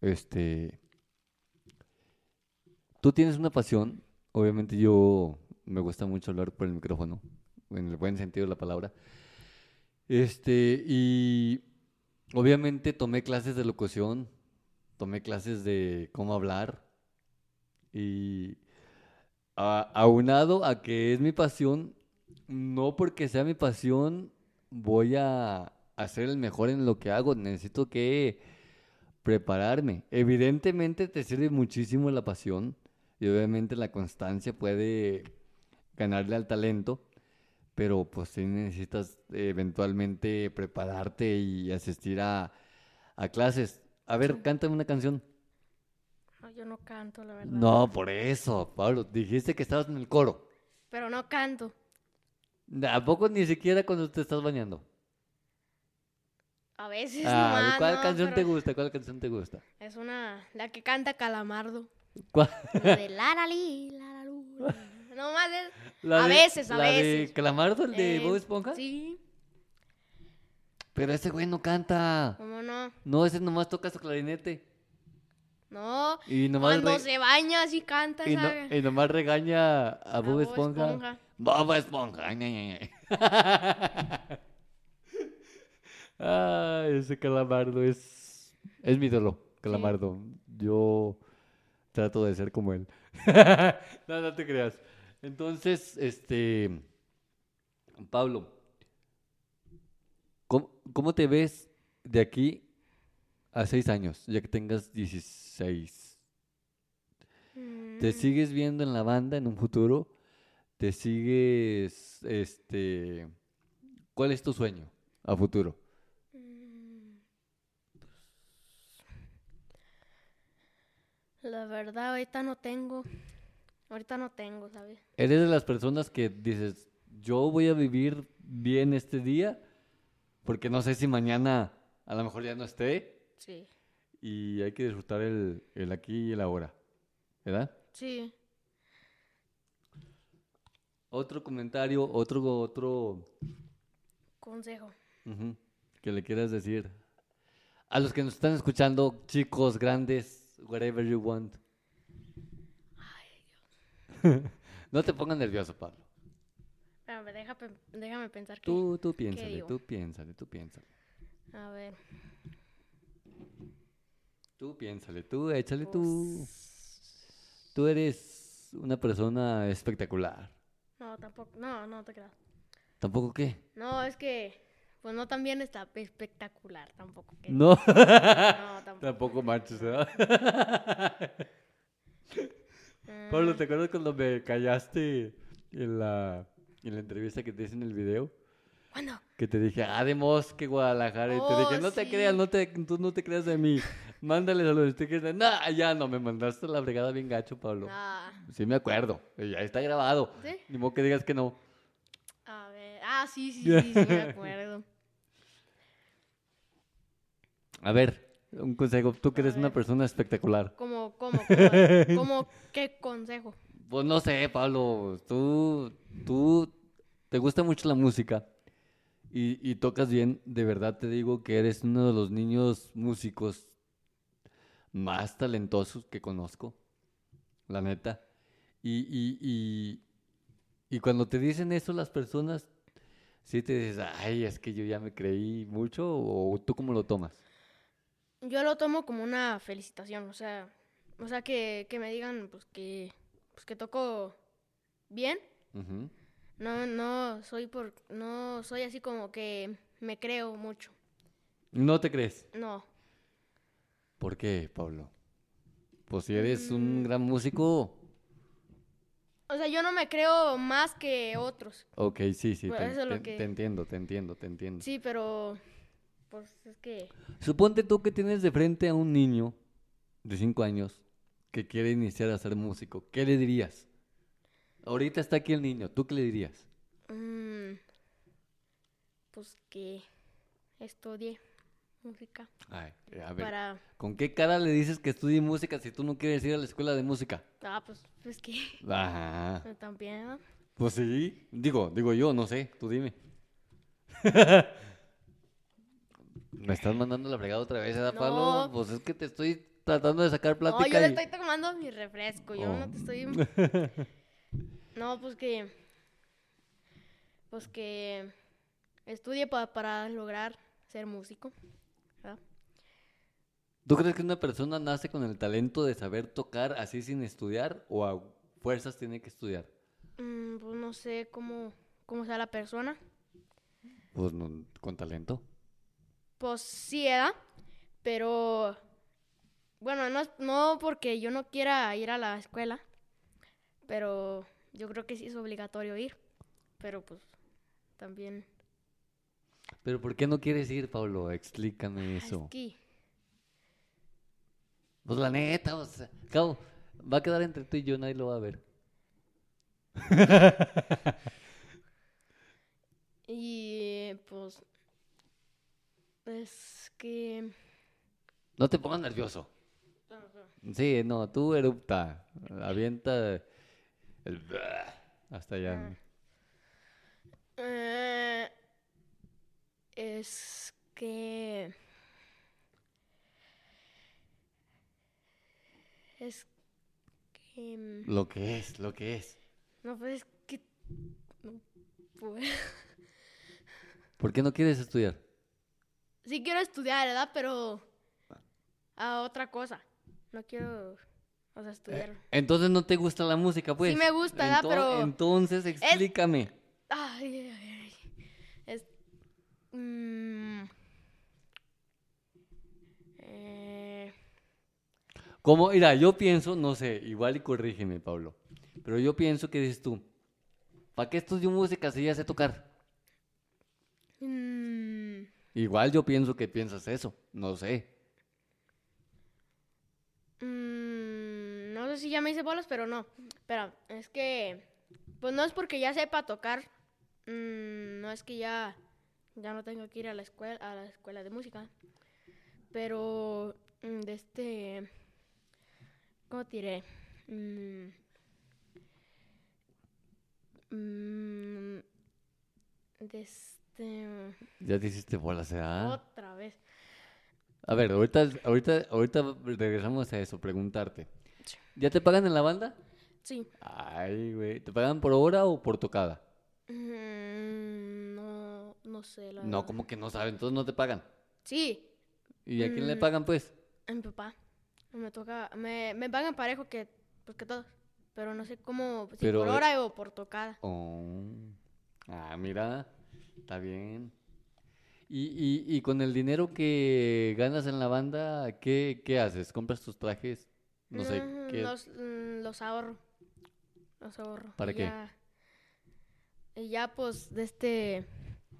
Speaker 1: este... Tú tienes una pasión, obviamente yo me gusta mucho hablar por el micrófono, en el buen sentido de la palabra. Este, y obviamente tomé clases de locución, tomé clases de cómo hablar, y a- aunado a que es mi pasión, no porque sea mi pasión voy a hacer el mejor en lo que hago. Necesito que prepararme. Evidentemente te sirve muchísimo la pasión y obviamente la constancia puede ganarle al talento, pero pues sí necesitas eh, eventualmente prepararte y asistir a, a clases. A ver, cántame una canción.
Speaker 2: No, yo no canto, la verdad.
Speaker 1: No, por eso, Pablo, dijiste que estabas en el coro.
Speaker 2: Pero no canto.
Speaker 1: Tampoco ni siquiera cuando te estás bañando.
Speaker 2: A veces
Speaker 1: Ah,
Speaker 2: nomás,
Speaker 1: ¿cuál
Speaker 2: no,
Speaker 1: canción te
Speaker 2: pero
Speaker 1: gusta? ¿Cuál canción te gusta?
Speaker 2: Es una... La que canta Calamardo.
Speaker 1: ¿Cuál?
Speaker 2: La de la la li, la la lu, la, la. No más es...
Speaker 1: ¿La
Speaker 2: a
Speaker 1: de-
Speaker 2: veces, a
Speaker 1: la
Speaker 2: veces.
Speaker 1: de Calamardo, el de
Speaker 2: Eh,
Speaker 1: Bob Esponja?
Speaker 2: Sí,
Speaker 1: Pero ese güey no canta.
Speaker 2: cómo no.
Speaker 1: No, ese nomás toca su clarinete.
Speaker 2: No.
Speaker 1: Y nomás re-
Speaker 2: Cuando se baña así canta,
Speaker 1: y, no- eh.
Speaker 2: ¿sabes?
Speaker 1: y nomás regaña a Bob
Speaker 2: Bob
Speaker 1: Esponja.
Speaker 2: Esponja.
Speaker 1: Bob Esponja. ñe, ñe, ñe. ah, ese calamardo es. Es mi ídolo, calamardo. Yo trato de ser como él. no, no te creas. Entonces, este. Pablo, ¿cómo, cómo te ves de aquí a seis años, ya que tengas 16? te sigues viendo en la banda en un futuro, te sigues, este, ¿cuál es tu sueño a futuro?
Speaker 2: La verdad, ahorita no tengo. Ahorita no tengo, ¿sabes?
Speaker 1: ¿Eres de las personas que dices, yo voy a vivir bien este día, porque no sé si mañana a lo mejor ya no esté,
Speaker 2: Sí.
Speaker 1: y hay que disfrutar el, el aquí y el ahora, ¿verdad?
Speaker 2: Sí.
Speaker 1: Otro comentario, otro, otro
Speaker 2: Consejo.
Speaker 1: Ujú. Que le quieras decir. A los que nos están escuchando, chicos, grandes, whatever you want. no te pongas nervioso, Pablo.
Speaker 2: Espérame, deja pe- déjame, pensar que.
Speaker 1: Tú, tú piénsale,
Speaker 2: digo?
Speaker 1: tú piénsale, tú piénsale.
Speaker 2: A ver.
Speaker 1: Tú piénsale, tú échale tú. Tú eres una persona espectacular.
Speaker 2: No, tampoco. No, no te creas.
Speaker 1: ¿Tampoco qué?
Speaker 2: No, es que. Pues no también está espectacular tampoco. que-
Speaker 1: No.
Speaker 2: No, tampoco.
Speaker 1: Tampoco marches, ¿verdad?
Speaker 2: Mm.
Speaker 1: Pablo, ¿te acuerdas cuando me callaste en la, en la entrevista que te hice en el video?
Speaker 2: ¿Cuándo?
Speaker 1: Que te dije, ah, de Mosque, Guadalajara. y te
Speaker 2: Oh,
Speaker 1: dije, no te
Speaker 2: sí.
Speaker 1: creas, no te, tú no te creas de mí. Mándale saludos. Y tú dijiste, no, ya no, me mandaste la brigada bien gacho, Pablo.
Speaker 2: Ah,
Speaker 1: Sí, me acuerdo. y Ya está grabado.
Speaker 2: ¿Sí?
Speaker 1: Ni modo que digas que no.
Speaker 2: a ver. Ah, sí, sí, sí, sí, me acuerdo.
Speaker 1: A ver, un consejo. Tú que eres una persona espectacular.
Speaker 2: Como, como, como, como, ¿qué consejo?
Speaker 1: Pues no sé, Pablo, tú, tú, te gusta mucho la música y, y tocas bien. De verdad te digo que eres uno de los niños músicos más talentosos que conozco, la neta. Y, y, y, y cuando te dicen eso las personas, sí te dices, ay, es que yo ya me creí mucho, o tú cómo lo tomas.
Speaker 2: Yo lo tomo como una felicitación, o sea, o sea que, que me digan pues que pues que toco bien.
Speaker 1: Ujú.
Speaker 2: No no soy por no soy así como que me creo mucho.
Speaker 1: ¿No te crees?
Speaker 2: No.
Speaker 1: ¿Por qué, Pablo? Pues si eres un gran músico...
Speaker 2: O sea, yo no me creo más que otros.
Speaker 1: Ok, sí, sí,
Speaker 2: Bueno,
Speaker 1: te,
Speaker 2: Pues, eso es lo
Speaker 1: te-
Speaker 2: que-
Speaker 1: te entiendo, te entiendo, te entiendo.
Speaker 2: Sí, pero pues es que
Speaker 1: Suponte tú que tienes de frente a un niño de 5 años que quiere iniciar a ser músico, ¿qué le dirías? Ahorita está aquí el niño, ¿tú qué le dirías?
Speaker 2: mm, pues que estudie música
Speaker 1: Ay, a ver,
Speaker 2: para
Speaker 1: ¿con qué cara le dices que estudie música si tú no quieres ir a la escuela de música?
Speaker 2: ah pues es que
Speaker 1: Ajá.
Speaker 2: también ¿no?
Speaker 1: Pues sí, digo, digo yo, no sé, tú dime. Me estás mandando la fregada otra vez, ¿verdad, Pablo?
Speaker 2: No.
Speaker 1: Pues es que te estoy tratando de sacar
Speaker 2: No,
Speaker 1: plática
Speaker 2: yo le
Speaker 1: y- Oh.
Speaker 2: estoy tomando mi refresco, yo no te estoy... No, pues que... Pues que estudie pa- para lograr ser músico. ¿verdad?
Speaker 1: ¿Tú crees que una persona nace con el talento de saber tocar así sin estudiar o a fuerzas tiene que estudiar?
Speaker 2: Mm, pues no sé cómo, cómo sea la persona.
Speaker 1: Pues no, con talento.
Speaker 2: Pues sí, ¿verdad? Pero... Bueno, no, es- no porque yo no quiera ir a la escuela, pero yo creo que sí es obligatorio ir. Pero pues también...
Speaker 1: Pero ¿por qué no quieres ir, Pablo? Explícame
Speaker 2: Ay, Ah, es
Speaker 1: eso.
Speaker 2: que-
Speaker 1: Pues la neta, o sea, cabo, va a quedar entre tú y yo, nadie lo va a ver.
Speaker 2: Y pues es que
Speaker 1: No te pongas nervioso. Sí, no, tú erupta, avienta el hasta allá.
Speaker 2: Ah. eh, es que es que mm,
Speaker 1: Lo que es, lo que es.
Speaker 2: no pues es que no puedo.
Speaker 1: ¿Por qué no quieres estudiar?
Speaker 2: Sí quiero estudiar, ¿verdad? Pero a otra cosa. No quiero o sea, estudiar.
Speaker 1: Entonces no te gusta la música, pues.
Speaker 2: me gusta, ¿verdad? Pero-
Speaker 1: Entonces explícame.
Speaker 2: Ay, ay, ay. Es. mm, eh,
Speaker 1: Como, mira, yo pienso, no sé, igual y corrígeme, Pablo, pero yo pienso que dices tú, ¿para qué estudio música si ya sé tocar?
Speaker 2: Mm,
Speaker 1: Igual yo pienso que piensas eso, no sé.
Speaker 2: mm, no sé si ya me hice bolas, pero no. Pero es que, pues no es porque ya sepa tocar, mm, no es que ya, ya no tengo que ir a la escuela, a la escuela de música. Pero, mm, de este, ¿cómo te diré? Mm, mm, de este,
Speaker 1: Ya te hiciste bolas, ¿verdad?
Speaker 2: otra vez.
Speaker 1: A ver, ahorita, ahorita, ahorita regresamos a eso, preguntarte. ¿Ya te pagan en la banda?
Speaker 2: Sí.
Speaker 1: Ay, güey, ¿te pagan por hora o por tocada?
Speaker 2: Mm, No, no sé, la
Speaker 1: No,
Speaker 2: verdad.
Speaker 1: como que no saben, entonces no te pagan.
Speaker 2: Sí,
Speaker 1: ¿Y a quién
Speaker 2: Mm.
Speaker 1: le pagan, pues?
Speaker 2: a mi papá. Me toca, me, me pagan parejo que, pues que todos. Pero no sé cómo, si
Speaker 1: Pero,
Speaker 2: por
Speaker 1: eh,
Speaker 2: hora o por tocada.
Speaker 1: Oh. Ah, mira, está bien. Y, y, y con el dinero que ganas en la banda, ¿qué, qué haces? ¿Compras tus trajes? No sé,
Speaker 2: Mm,
Speaker 1: ¿qué?
Speaker 2: Los, mm, los ahorro. Los ahorro.
Speaker 1: ¿Para
Speaker 2: y
Speaker 1: qué?
Speaker 2: ya- y ya, pues, de este,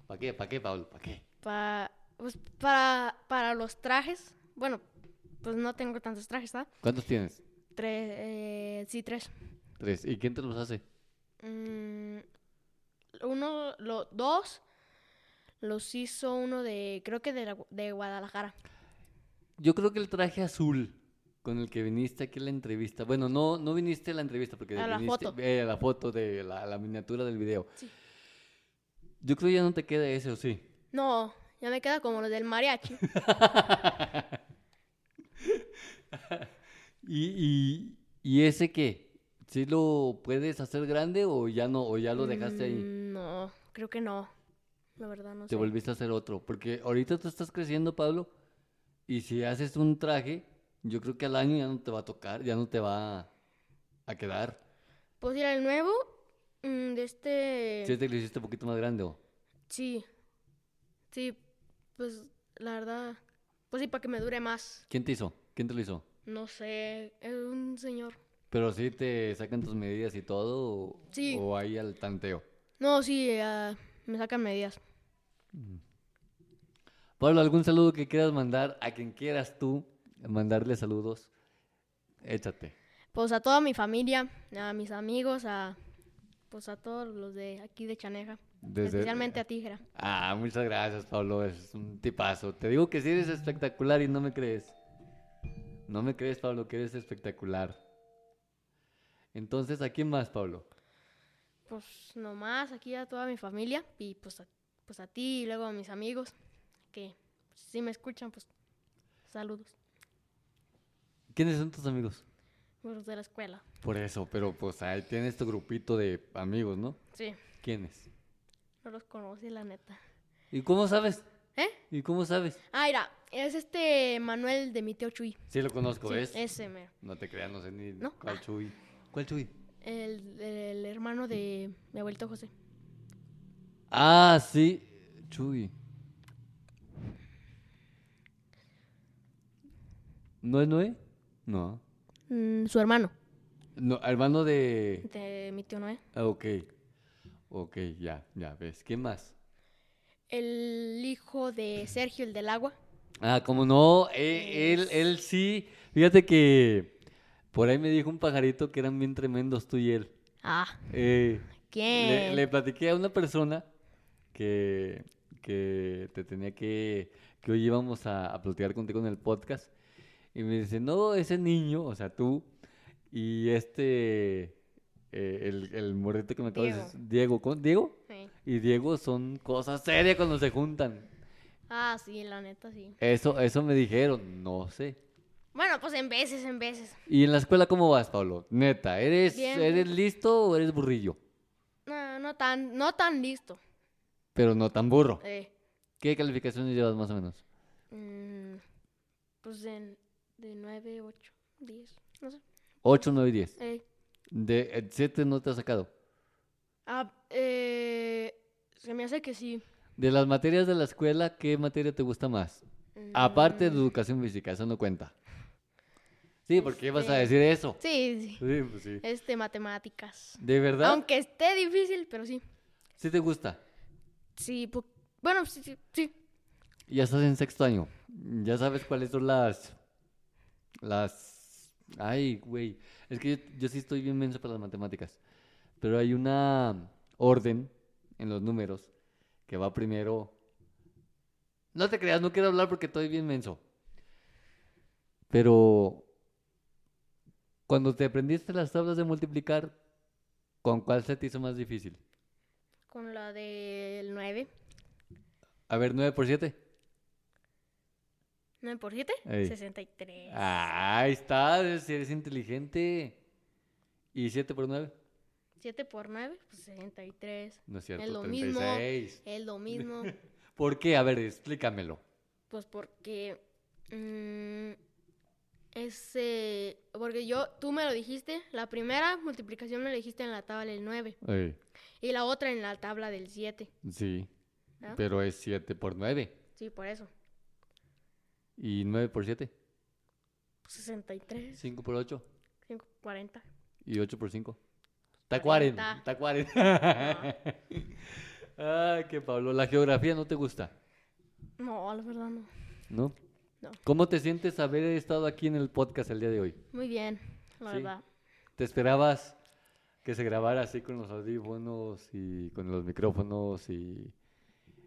Speaker 1: ¿Para qué? ¿Para qué, Pablo? ¿Para qué?
Speaker 2: pa- pues, para, para los trajes. Bueno, pues no tengo tantos trajes, ¿ah?
Speaker 1: ¿Cuántos tienes?
Speaker 2: Tres, eh, sí, tres.
Speaker 1: Tres. ¿Y quién te los hace?
Speaker 2: Mm, uno, lo, dos los hizo uno de, creo que de, la- de Guadalajara.
Speaker 1: Yo creo que el traje azul con el que viniste aquí a la entrevista. Bueno, no, no viniste a la entrevista porque
Speaker 2: A la
Speaker 1: viniste
Speaker 2: foto.
Speaker 1: eh, a la foto de la, la miniatura del video. Yo creo que ya no te queda ese, ¿o sí?
Speaker 2: No, ya me queda como los del mariachi.
Speaker 1: ¿Y, y, y ese qué? ¿Sí lo puedes hacer grande o ya no, o ya lo dejaste ahí?
Speaker 2: Mm, No, creo que no. La verdad no
Speaker 1: Te
Speaker 2: sé.
Speaker 1: volviste a hacer otro. Porque ahorita tú estás creciendo, Pablo, y si haces un traje, yo creo que al año ya no te va a tocar, ya no te va a quedar.
Speaker 2: Pues ir al nuevo, mm, de este...
Speaker 1: Si te lo hiciste un poquito más grande, ¿o?
Speaker 2: Sí. Sí, pues la verdad... Pues sí, para que me dure más.
Speaker 1: ¿Quién te hizo? ¿Quién te lo hizo?
Speaker 2: No sé, es un señor.
Speaker 1: Pero si te sacan tus medidas y todo, o,
Speaker 2: Sí.
Speaker 1: o ahí al tanteo.
Speaker 2: No, sí, ah, me sacan medidas.
Speaker 1: Pablo, ¿algún saludo que quieras mandar a quien quieras tú? Mandarle saludos. Échate.
Speaker 2: Pues a toda mi familia, a mis amigos, a pues a todos los de aquí de Chaneja,
Speaker 1: Desde-
Speaker 2: especialmente a Tigra.
Speaker 1: Ah, muchas gracias, Pablo. Es un tipazo. Te digo que sí eres espectacular y no me crees. No me crees, Pablo, que eres espectacular. Entonces, ¿a quién más, Pablo?
Speaker 2: Pues nomás aquí a toda mi familia y pues a, pues a ti y luego a mis amigos que si me escuchan, pues saludos
Speaker 1: ¿Quiénes son tus amigos?
Speaker 2: los de la escuela.
Speaker 1: Por eso, pero pues ahí tienes tu grupito de amigos, ¿no?
Speaker 2: Sí,
Speaker 1: ¿Quiénes?
Speaker 2: no los conocí la neta.
Speaker 1: ¿Y cómo sabes?
Speaker 2: ¿Eh?
Speaker 1: ¿Y cómo sabes?
Speaker 2: Ah, mira, es este Manuel de mi tío Chuy.
Speaker 1: Sí, lo conozco,
Speaker 2: Sí,
Speaker 1: ¿ves?
Speaker 2: ese mero.
Speaker 1: No te creas, no sé ni
Speaker 2: ¿No?
Speaker 1: cuál Chuy. ¿Cuál Chuy?
Speaker 2: El, el hermano de mi abuelito José.
Speaker 1: Ah, sí, Chuy. ¿No es Noé? No.
Speaker 2: Mm, su hermano,
Speaker 1: No, hermano de.
Speaker 2: de mi tío Noé.
Speaker 1: Ah, ok. Ok, ya, ya ves. ¿Quién más?
Speaker 2: El hijo de Sergio, el del agua.
Speaker 1: Ah, como no, eh, él, él sí. Fíjate que por ahí me dijo un pajarito que eran bien tremendos tú y él.
Speaker 2: Ah,
Speaker 1: Eh, Le,
Speaker 2: ¿quién?
Speaker 1: le platiqué a una persona que, que te tenía que, que hoy íbamos a, a platicar contigo en el podcast y me dice, no, ese niño, o sea, tú y este, eh, el, el morrito que me acabas de
Speaker 2: Diego.
Speaker 1: decir, Diego, ¿cómo? ¿Diego?
Speaker 2: Sí.
Speaker 1: Y Diego son cosas serias cuando se juntan.
Speaker 2: Ah, sí, la neta, sí.
Speaker 1: Eso, eso me dijeron, no sé.
Speaker 2: Bueno, pues en veces, en veces.
Speaker 1: ¿Y en la escuela cómo vas, Pablo? Neta, ¿eres,
Speaker 2: Bien.
Speaker 1: eres listo o eres burrillo?
Speaker 2: No, Ah, no tan, no tan listo.
Speaker 1: Pero no tan burro.
Speaker 2: Eh,
Speaker 1: ¿Qué calificaciones llevas más o menos?
Speaker 2: mm, pues en- de 9, 8, 10, no sé.
Speaker 1: 8, 9 y 10.
Speaker 2: Eh,
Speaker 1: De 7 no te has sacado.
Speaker 2: ah, eh, se me hace que sí.
Speaker 1: De las materias de la escuela,
Speaker 2: Mm,
Speaker 1: ¿qué materia te gusta más? Aparte de educación física, eso no cuenta. Sí, ¿por qué vas a decir eso?
Speaker 2: Sí, sí.
Speaker 1: Sí, pues sí.
Speaker 2: Este, matemáticas.
Speaker 1: ¿De verdad?
Speaker 2: Aunque esté difícil, pero sí.
Speaker 1: ¿Sí te gusta?
Speaker 2: Sí, po- bueno, sí, sí, sí.
Speaker 1: Ya estás en sexto año. Ya sabes cuáles son las... Las... Ay, güey. Es que yo, yo sí estoy bien menso para las matemáticas. Pero hay una orden en los números que va primero... No te creas, no quiero hablar porque estoy bien menso. Pero... Cuando te aprendiste las tablas de multiplicar, ¿con cuál se te hizo más difícil?
Speaker 2: Con la del 9.
Speaker 1: A ver, 9 por 7.
Speaker 2: 9 por 7,
Speaker 1: Ey.
Speaker 2: 63.
Speaker 1: Ah, ahí está, eres, eres inteligente. ¿Y 7 por 9?
Speaker 2: 7 por 9, pues 63.
Speaker 1: No es cierto,
Speaker 2: Es lo
Speaker 1: 36.
Speaker 2: mismo. Es lo mismo.
Speaker 1: ¿Por qué? A ver, explícamelo.
Speaker 2: pues porque. mm, ese. Porque yo, tú me lo dijiste. La primera multiplicación me lo dijiste en la tabla del 9. Y la otra en la tabla del 7.
Speaker 1: Eh, sí,
Speaker 2: ¿no?
Speaker 1: pero es 7 por 9.
Speaker 2: Sí, por eso.
Speaker 1: ¿Y 9 por 7?
Speaker 2: Pues, 63,
Speaker 1: 5 por 8.
Speaker 2: 5, 40.
Speaker 1: ¿Y 8 por 5? Está 40. Está 40. Ay, que Pablo, la geografía no te gusta,
Speaker 2: No, la verdad no.
Speaker 1: ¿no?
Speaker 2: No.
Speaker 1: ¿Cómo te sientes haber estado aquí en el podcast el día de hoy?
Speaker 2: Muy bien, la
Speaker 1: Sí.
Speaker 2: verdad.
Speaker 1: ¿Te esperabas que se grabara así con los audífonos y con los micrófonos y,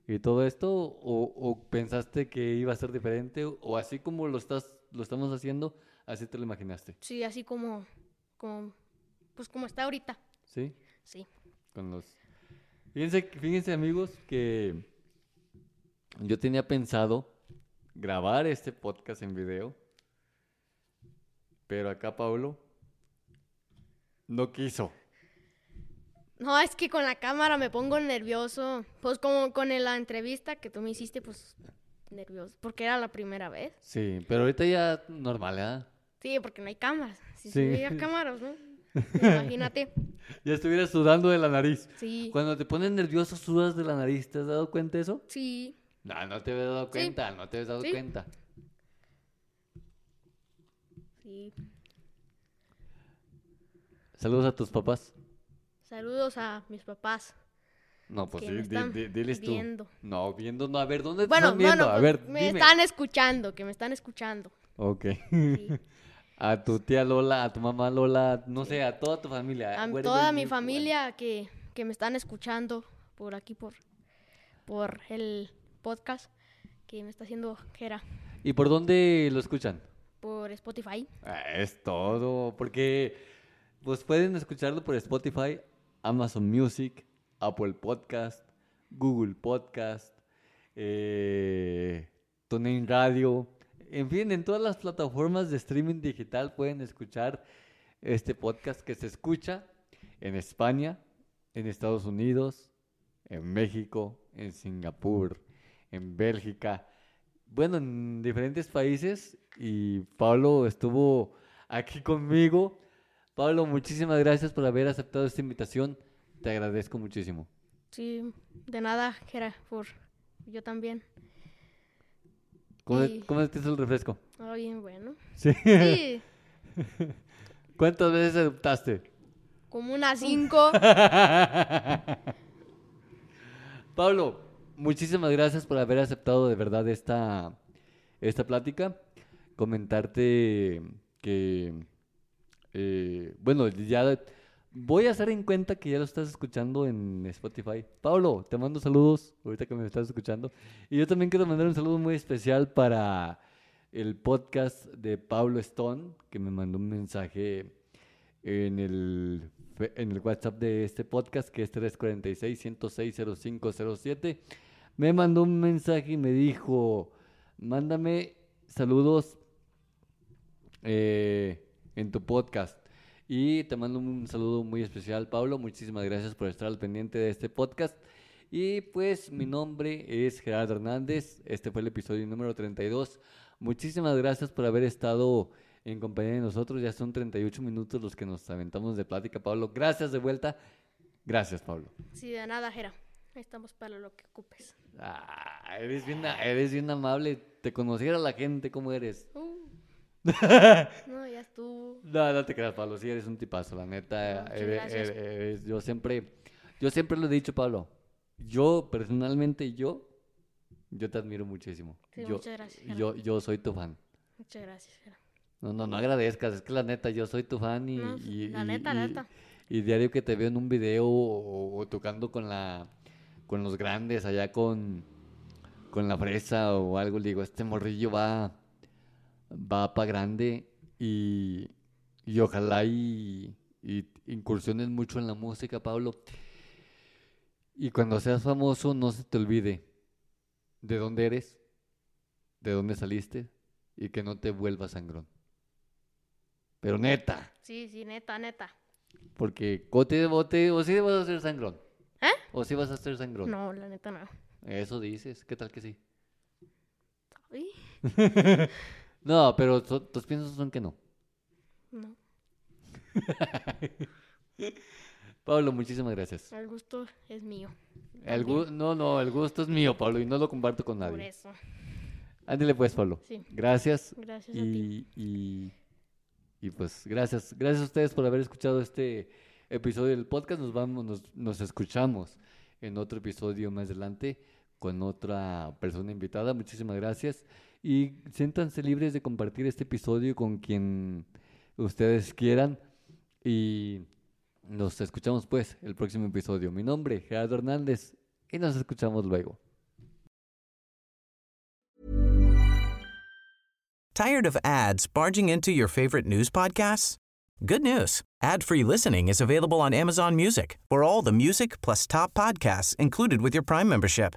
Speaker 1: y todo esto? ¿O, o pensaste que iba a ser diferente? ¿O así como lo, estás, lo estamos haciendo, así te lo imaginaste?
Speaker 2: Sí, así como, como, pues como está ahorita.
Speaker 1: ¿Sí?
Speaker 2: Sí.
Speaker 1: Con los... Fíjense, fíjense amigos que yo tenía pensado grabar este podcast en video, pero acá Pablo no quiso.
Speaker 2: No, es que con la cámara me pongo nervioso. Pues como con el- la entrevista que tú me hiciste, pues nervioso. Porque era la primera vez.
Speaker 1: Sí, pero ahorita ya normal, ¿ah?
Speaker 2: Sí, porque no hay cámaras. Si
Speaker 1: Sí.
Speaker 2: hubiera cámaras, ¿no? Imagínate.
Speaker 1: Ya estuviera sudando de la nariz.
Speaker 2: Sí.
Speaker 1: Cuando te pones nervioso, sudas de la nariz. ¿Te has dado cuenta de eso?
Speaker 2: Sí.
Speaker 1: No, no te habías dado cuenta, no te habías dado
Speaker 2: Sí.
Speaker 1: cuenta.
Speaker 2: Sí.
Speaker 1: Saludos a tus papás.
Speaker 2: Saludos a mis papás.
Speaker 1: No, pues
Speaker 2: Que
Speaker 1: sí,
Speaker 2: me
Speaker 1: di-
Speaker 2: están
Speaker 1: di- diles tú.
Speaker 2: viendo.
Speaker 1: No, viendo, no. A ver, ¿dónde te
Speaker 2: Bueno,
Speaker 1: están viendo?
Speaker 2: bueno,
Speaker 1: a
Speaker 2: pues,
Speaker 1: ver,
Speaker 2: me
Speaker 1: dime.
Speaker 2: están escuchando, que me están escuchando.
Speaker 1: Ok. a tu tía Lola, a tu mamá Lola, no sé, a toda tu familia.
Speaker 2: A
Speaker 1: wherever
Speaker 2: toda mi
Speaker 1: you-
Speaker 2: familia que, que me están escuchando por aquí, por, por el podcast que me está haciendo Jera,
Speaker 1: ¿Y por dónde lo escuchan?
Speaker 2: por Spotify.
Speaker 1: Ah, Es todo, porque pues pueden escucharlo por Spotify, Amazon Music, Apple Podcast, Google Podcast, eh, TuneIn Radio, en fin, en todas las plataformas de streaming digital pueden escuchar este podcast que se escucha en España, en Estados Unidos, en México, en Singapur, en Bélgica, bueno, en diferentes países y Pablo estuvo aquí conmigo. Pablo, muchísimas gracias por haber aceptado esta invitación. Te agradezco muchísimo.
Speaker 2: Sí, de nada, Jera, por yo también.
Speaker 1: ¿Cómo,
Speaker 2: Sí.
Speaker 1: cómo te hizo el refresco?
Speaker 2: Ah, bien bueno.
Speaker 1: Sí.
Speaker 2: Sí,
Speaker 1: ¿Cuántas veces adoptaste?
Speaker 2: como unas cinco.
Speaker 1: Pablo, muchísimas gracias por haber aceptado de verdad esta, esta plática. Comentarte que, eh, bueno, ya voy a hacer en cuenta que ya lo estás escuchando en Spotify. Pablo, te mando saludos ahorita que me estás escuchando. Y yo también quiero mandar un saludo muy especial para el podcast de Pablo Stone, que me mandó un mensaje en el, fe- en el WhatsApp de este podcast, que es 346-106-0507, me mandó un mensaje y me dijo, mándame saludos eh, en tu podcast. Y te mando un saludo muy especial, Pablo. Muchísimas gracias por estar al pendiente de este podcast. Y pues mi nombre es Gerardo Hernández. Este fue el episodio número 32. Muchísimas gracias por haber estado en compañía de nosotros. Ya son 38 minutos los que nos aventamos de plática, Pablo. Gracias de vuelta. Gracias, Pablo.
Speaker 2: Sí, de nada, Jera. Ahí estamos para lo que ocupes.
Speaker 1: Ah, eres, bien, eres bien amable. Te conociera la gente, ¿cómo eres?
Speaker 2: Uh, No, ya estuvo.
Speaker 1: No, no te creas, Pablo, sí eres un tipazo, la neta.
Speaker 2: Muchas
Speaker 1: eres-
Speaker 2: gracias.
Speaker 1: eres- eres- yo siempre, yo siempre lo he dicho, Pablo. Yo, personalmente, yo, yo te admiro muchísimo.
Speaker 2: Sí,
Speaker 1: yo,
Speaker 2: muchas gracias, Jera.
Speaker 1: Yo, yo soy tu fan.
Speaker 2: Muchas gracias. Jera.
Speaker 1: No, no, no agradezcas, es que la neta, yo soy tu fan y,
Speaker 2: No,
Speaker 1: y-
Speaker 2: la
Speaker 1: y-
Speaker 2: neta,
Speaker 1: y-
Speaker 2: neta.
Speaker 1: y diario que te veo en un video o, o tocando con la, con los grandes allá con, con la fresa o algo, le digo, este morrillo va, va pa' grande y, y ojalá y, y incursiones mucho en la música, Pablo. Y cuando seas famoso, no se te olvide de dónde eres, de dónde saliste y que no te vuelvas sangrón. Pero neta,
Speaker 2: Sí, sí, neta, neta.
Speaker 1: porque cote de bote, o si vas a ser sangrón.
Speaker 2: ¿Eh?
Speaker 1: O si vas a ser sangrón.
Speaker 2: No, la neta no.
Speaker 1: Eso dices, ¿qué tal que sí?
Speaker 2: Ay,
Speaker 1: No, pero so- tus piensos son que no.
Speaker 2: no.
Speaker 1: Pablo, muchísimas gracias.
Speaker 2: El gusto es mío.
Speaker 1: El gu- no, no, el gusto es mío, Pablo, y no lo comparto con
Speaker 2: Por
Speaker 1: nadie.
Speaker 2: eso.
Speaker 1: Ándale pues, Pablo.
Speaker 2: Sí.
Speaker 1: Gracias.
Speaker 2: Gracias a ti.
Speaker 1: Y, y, y pues gracias. Gracias a ustedes por haber escuchado este episodio del podcast. Nos vamos, nos, nos escuchamos en otro episodio más adelante con otra persona invitada. Muchísimas gracias. Y siéntanse libres de compartir este episodio con quien ustedes quieran. Y nos escuchamos pues el próximo episodio. Mi nombre, Gerardo Hernández, y nos escuchamos luego.
Speaker 3: Tired of ads barging into your favorite news podcasts? Good news. Ad-free listening is available on Amazon Music for all the music plus top podcasts included with your Prime membership.